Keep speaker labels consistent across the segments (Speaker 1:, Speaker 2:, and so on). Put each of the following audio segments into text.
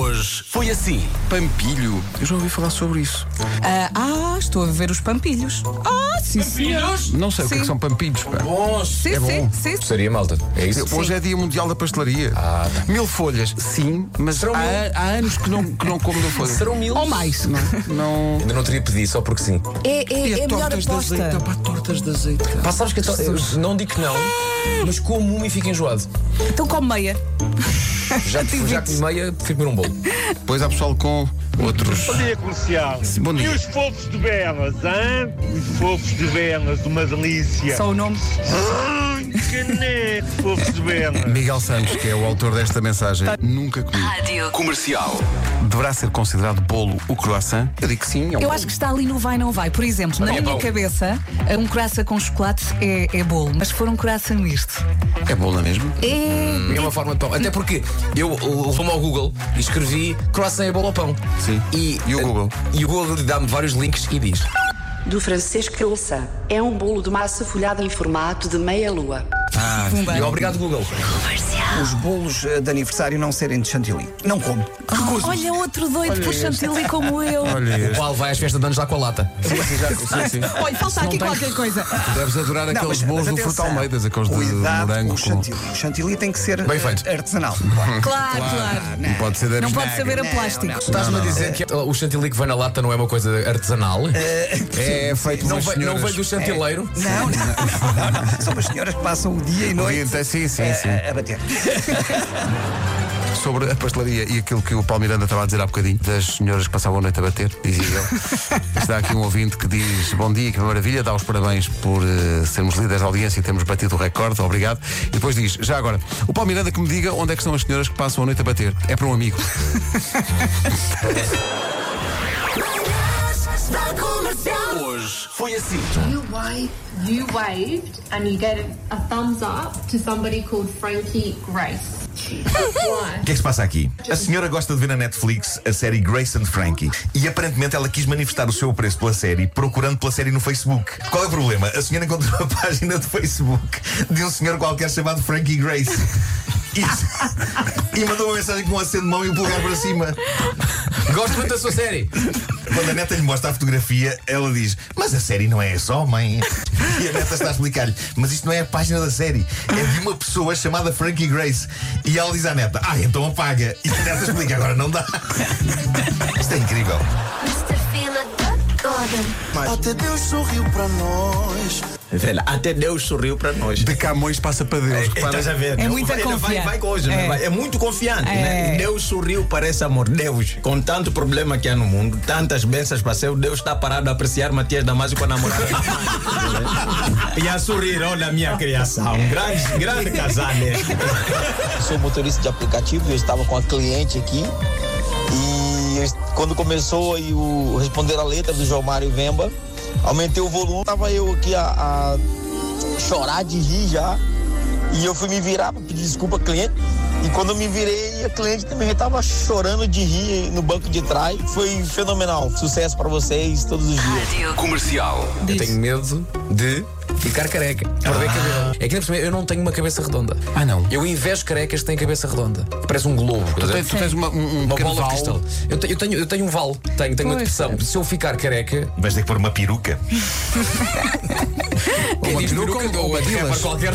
Speaker 1: Hoje foi assim.
Speaker 2: Pampilho. Eu já ouvi falar sobre isso.
Speaker 3: Ah, ah, estou a ver os pampilhos. Ah, sim, senhor.
Speaker 2: Não sei o que, é que
Speaker 3: Sim.
Speaker 2: são pampilhos. pá.
Speaker 1: Bons.
Speaker 3: Sim,
Speaker 2: É bom.
Speaker 3: sim, sim, sim.
Speaker 4: Seria malta, é isso?
Speaker 2: Hoje é dia mundial da pastelaria. Mil folhas, sim, mas há, há anos que não, que não como mil folhas.
Speaker 1: Serão mil.
Speaker 3: Ou mais.
Speaker 2: Não.
Speaker 4: Ainda não teria pedido, só porque sim.
Speaker 3: É, é,
Speaker 2: E
Speaker 3: é a melhor
Speaker 2: tortas de azeite.
Speaker 3: aposta.
Speaker 2: Pá, tortas de azeite. cara.
Speaker 4: Pá, sabes que eu to- eu não digo que não, mas como uma e fico enjoado.
Speaker 3: Então come meia.
Speaker 4: Já, já comi meia, prefiro comer um bolo.
Speaker 2: Depois há pessoal com outros.
Speaker 5: Bom dia comercial.
Speaker 2: Bom dia.
Speaker 5: E os fofos de velas, hã? Os fofos de velas, uma delícia.
Speaker 3: Só o nome.
Speaker 5: Ai, que neco, fofos de velas.
Speaker 2: Miguel Santos, que é o autor desta mensagem, nunca comi.
Speaker 1: Comercial.
Speaker 2: Deverá ser considerado bolo o croissant? Eu digo que sim. É um
Speaker 3: Eu acho que está ali no vai, não vai. Por exemplo, na
Speaker 4: Também é
Speaker 3: minha
Speaker 4: bom.
Speaker 3: cabeça, um croissant com chocolate é, é bolo. Mas se for um croissant misto.
Speaker 2: É bolo, não é mesmo?
Speaker 3: É.
Speaker 4: É uma forma de pão. Até porque eu uh, levou-me ao Google e escrevi croissant é bolo ou pão.
Speaker 2: Sim.
Speaker 4: E,
Speaker 2: E o Google?
Speaker 4: E o Google dá-me vários links e diz.
Speaker 6: do francês croissant. É um bolo de massa folhada em formato de meia-lua.
Speaker 4: Ah,
Speaker 3: Pumba.
Speaker 4: e obrigado Google.
Speaker 7: Os bolos eh, de aniversário não serem de chantilly. Não como.
Speaker 3: Olha outro doido por chantilly como eu.
Speaker 2: Olha,
Speaker 4: O Paulo vai às festas de anos lá com a lata.
Speaker 3: Olha, falta aqui
Speaker 2: tens-
Speaker 3: qualquer coisa.
Speaker 2: deves adorar
Speaker 7: Não,
Speaker 2: aqueles
Speaker 7: mas-
Speaker 2: bolos
Speaker 7: mas
Speaker 2: do Fruto
Speaker 7: atenção.
Speaker 2: Almeidas, aqueles de
Speaker 7: Cuidado
Speaker 2: morango.
Speaker 7: com o
Speaker 2: com-
Speaker 7: chantilly. O chantilly tem que ser
Speaker 4: Bem
Speaker 7: eh,
Speaker 4: feito.
Speaker 7: artesanal. né?
Speaker 3: Claro, claro.
Speaker 2: Não pode ser da
Speaker 3: Não pode
Speaker 2: vinagre.
Speaker 3: saber a
Speaker 7: Não,
Speaker 3: plástico.
Speaker 7: não.
Speaker 4: Estás-me a dizer que uh, o chantilly que vem na lata não é uma coisa artesanal?
Speaker 2: É feito
Speaker 4: não,
Speaker 2: umas
Speaker 4: vem, não
Speaker 2: senhoras.
Speaker 4: vem do chantileiro?
Speaker 7: É. Não, não, não, não, não. São as senhoras que passam o dia e noite
Speaker 2: Orienta- Sim, sim, sim.
Speaker 7: a, a bater.
Speaker 2: Sobre a pastelaria e aquilo que o Paulo Miranda estava a dizer há bocadinho, das senhoras que passavam a noite a bater, dizia ele. Está aqui um ouvinte que diz: Bom dia, que maravilha, dá os parabéns por eh, sermos líderes da audiência e termos batido o recorde, obrigado. E depois diz: Já agora, o Paulo Miranda que me diga onde é que são as senhoras que passam a noite a bater. É para um amigo.
Speaker 1: Hoje foi assim.
Speaker 8: You waved, you waved and you gave a thumbs up to somebody called Frankie Grace. Why?
Speaker 9: O que é que se passa aqui? A senhora gosta de ver na Netflix a série Grace and Frankie e aparentemente ela quis manifestar o seu apreço pela série procurando pela série no Facebook. Qual é o problema? A senhora encontrou a página do Facebook de um senhor qualquer chamado Frankie Grace e, e mandou uma mensagem com um aceno de mão e o polegar para cima.
Speaker 4: Gosto muito da sua série.
Speaker 9: Quando a neta lhe mostra a fotografia, ela diz: Mas a série não é só, mãe. E a neta está a explicar-lhe: Mas isto não é a página da série, é de uma pessoa chamada Frankie Grace. E ela diz à neta: Ah, então apaga. E a neta explica: Agora não dá. Isto é incrível.
Speaker 10: Até Deus sorriu pra nós.
Speaker 7: Velho, até Deus sorriu para nós.
Speaker 2: De Camões passa para Deus. repara.
Speaker 7: Estás a ver?
Speaker 3: É
Speaker 7: Não,
Speaker 3: muita
Speaker 7: vai- vai-
Speaker 3: confiança.
Speaker 7: Vai, coisa, né?
Speaker 3: É.
Speaker 7: Vai- é muito confiante.
Speaker 3: É.
Speaker 7: Né? Deus sorriu para esse amor. Deus, com tanto problema que há no mundo, tantas bênçãos para seu, Deus está parado a apreciar Matias Damasio com a namorada. e a sorrir, olha a minha criação. Grande, grande casal né? mesmo.
Speaker 11: sou motorista de aplicativo, eu estava com a cliente aqui e eu- quando começou aí o responder a letra do João Mário Vemba, aumentei o volume, tava eu aqui a, a chorar de rir já e eu fui me virar para pedir desculpa à cliente e quando eu me virei a cliente também estava chorando de rir no banco de trás, foi fenomenal, sucesso para vocês todos os dias.
Speaker 1: Comercial.
Speaker 4: Eu
Speaker 3: Diz.
Speaker 4: tenho medo de ficar careca. Perder cabelo. É que nem por cima, eu não tenho uma cabeça redonda.
Speaker 2: Ah, não.
Speaker 4: Eu invejo carecas que têm cabeça redonda. Parece um globo.
Speaker 2: Tu tens, tu tens uma, um, um
Speaker 4: Uma bola
Speaker 2: pequeno
Speaker 4: de
Speaker 2: val.
Speaker 4: cristal. Eu, te- eu tenho, eu tenho um val, tenho, tenho uma
Speaker 3: Pois. é.
Speaker 4: depressão. Se eu ficar careca,
Speaker 9: Vais ter é que pôr uma peruca.
Speaker 4: quem
Speaker 2: uma
Speaker 4: diz
Speaker 2: peruca
Speaker 4: peruca,
Speaker 2: ou
Speaker 4: ou
Speaker 2: badilas.
Speaker 4: rapper qualquer.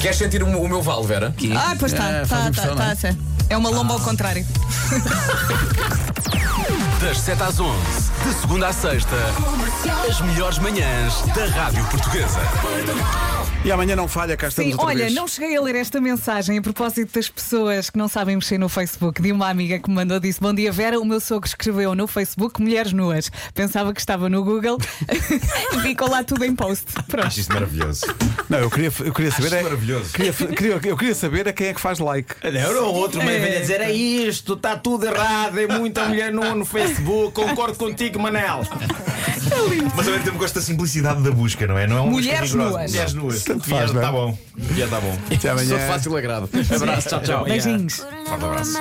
Speaker 4: Queres sentir o, meu- o meu val, Vera?
Speaker 3: Ah, pois está.
Speaker 2: É,
Speaker 3: Está,
Speaker 2: faz impressão,
Speaker 3: está,
Speaker 2: não é?
Speaker 3: está. sim. É uma lomba ao contrário.
Speaker 1: Das 7 às 11, de segunda à sexta, as melhores manhãs da Rádio Portuguesa.
Speaker 2: E amanhã não falha, cá estamos
Speaker 3: Sim,
Speaker 2: outra
Speaker 3: olha,
Speaker 2: vez.
Speaker 3: não cheguei a ler esta mensagem a propósito das pessoas que não sabem mexer no Facebook. De uma amiga que me mandou, disse: Bom dia, Vera. O meu sogro escreveu no Facebook Mulheres Nuas. Pensava que estava no Google e ficou lá tudo em post. Pronto.
Speaker 9: Acho isto maravilhoso.
Speaker 2: Não, eu queria, eu queria saber.
Speaker 9: Acho
Speaker 2: é-
Speaker 9: maravilhoso.
Speaker 2: queria- queria- eu queria saber a quem é que faz like.
Speaker 7: Era o outro, mas vem dizer: é isto, está tudo errado, é muita mulher no, no Facebook, concordo contigo, Manel.
Speaker 9: Mas ao mesmo tempo gosto da simplicidade da busca, não é? Não é uma busca
Speaker 3: Mulheres
Speaker 9: rigorosa.
Speaker 3: nuas.
Speaker 9: Mulheres nuas.
Speaker 2: Tanto faz, não
Speaker 9: Mulher,
Speaker 2: é?
Speaker 9: Tá bom. Já tá bom.
Speaker 2: Até
Speaker 4: Sou
Speaker 2: amanhã.
Speaker 4: de fácil agrado. Abraço, tchau, tchau.
Speaker 3: Beijinhos.
Speaker 9: Forte abraço.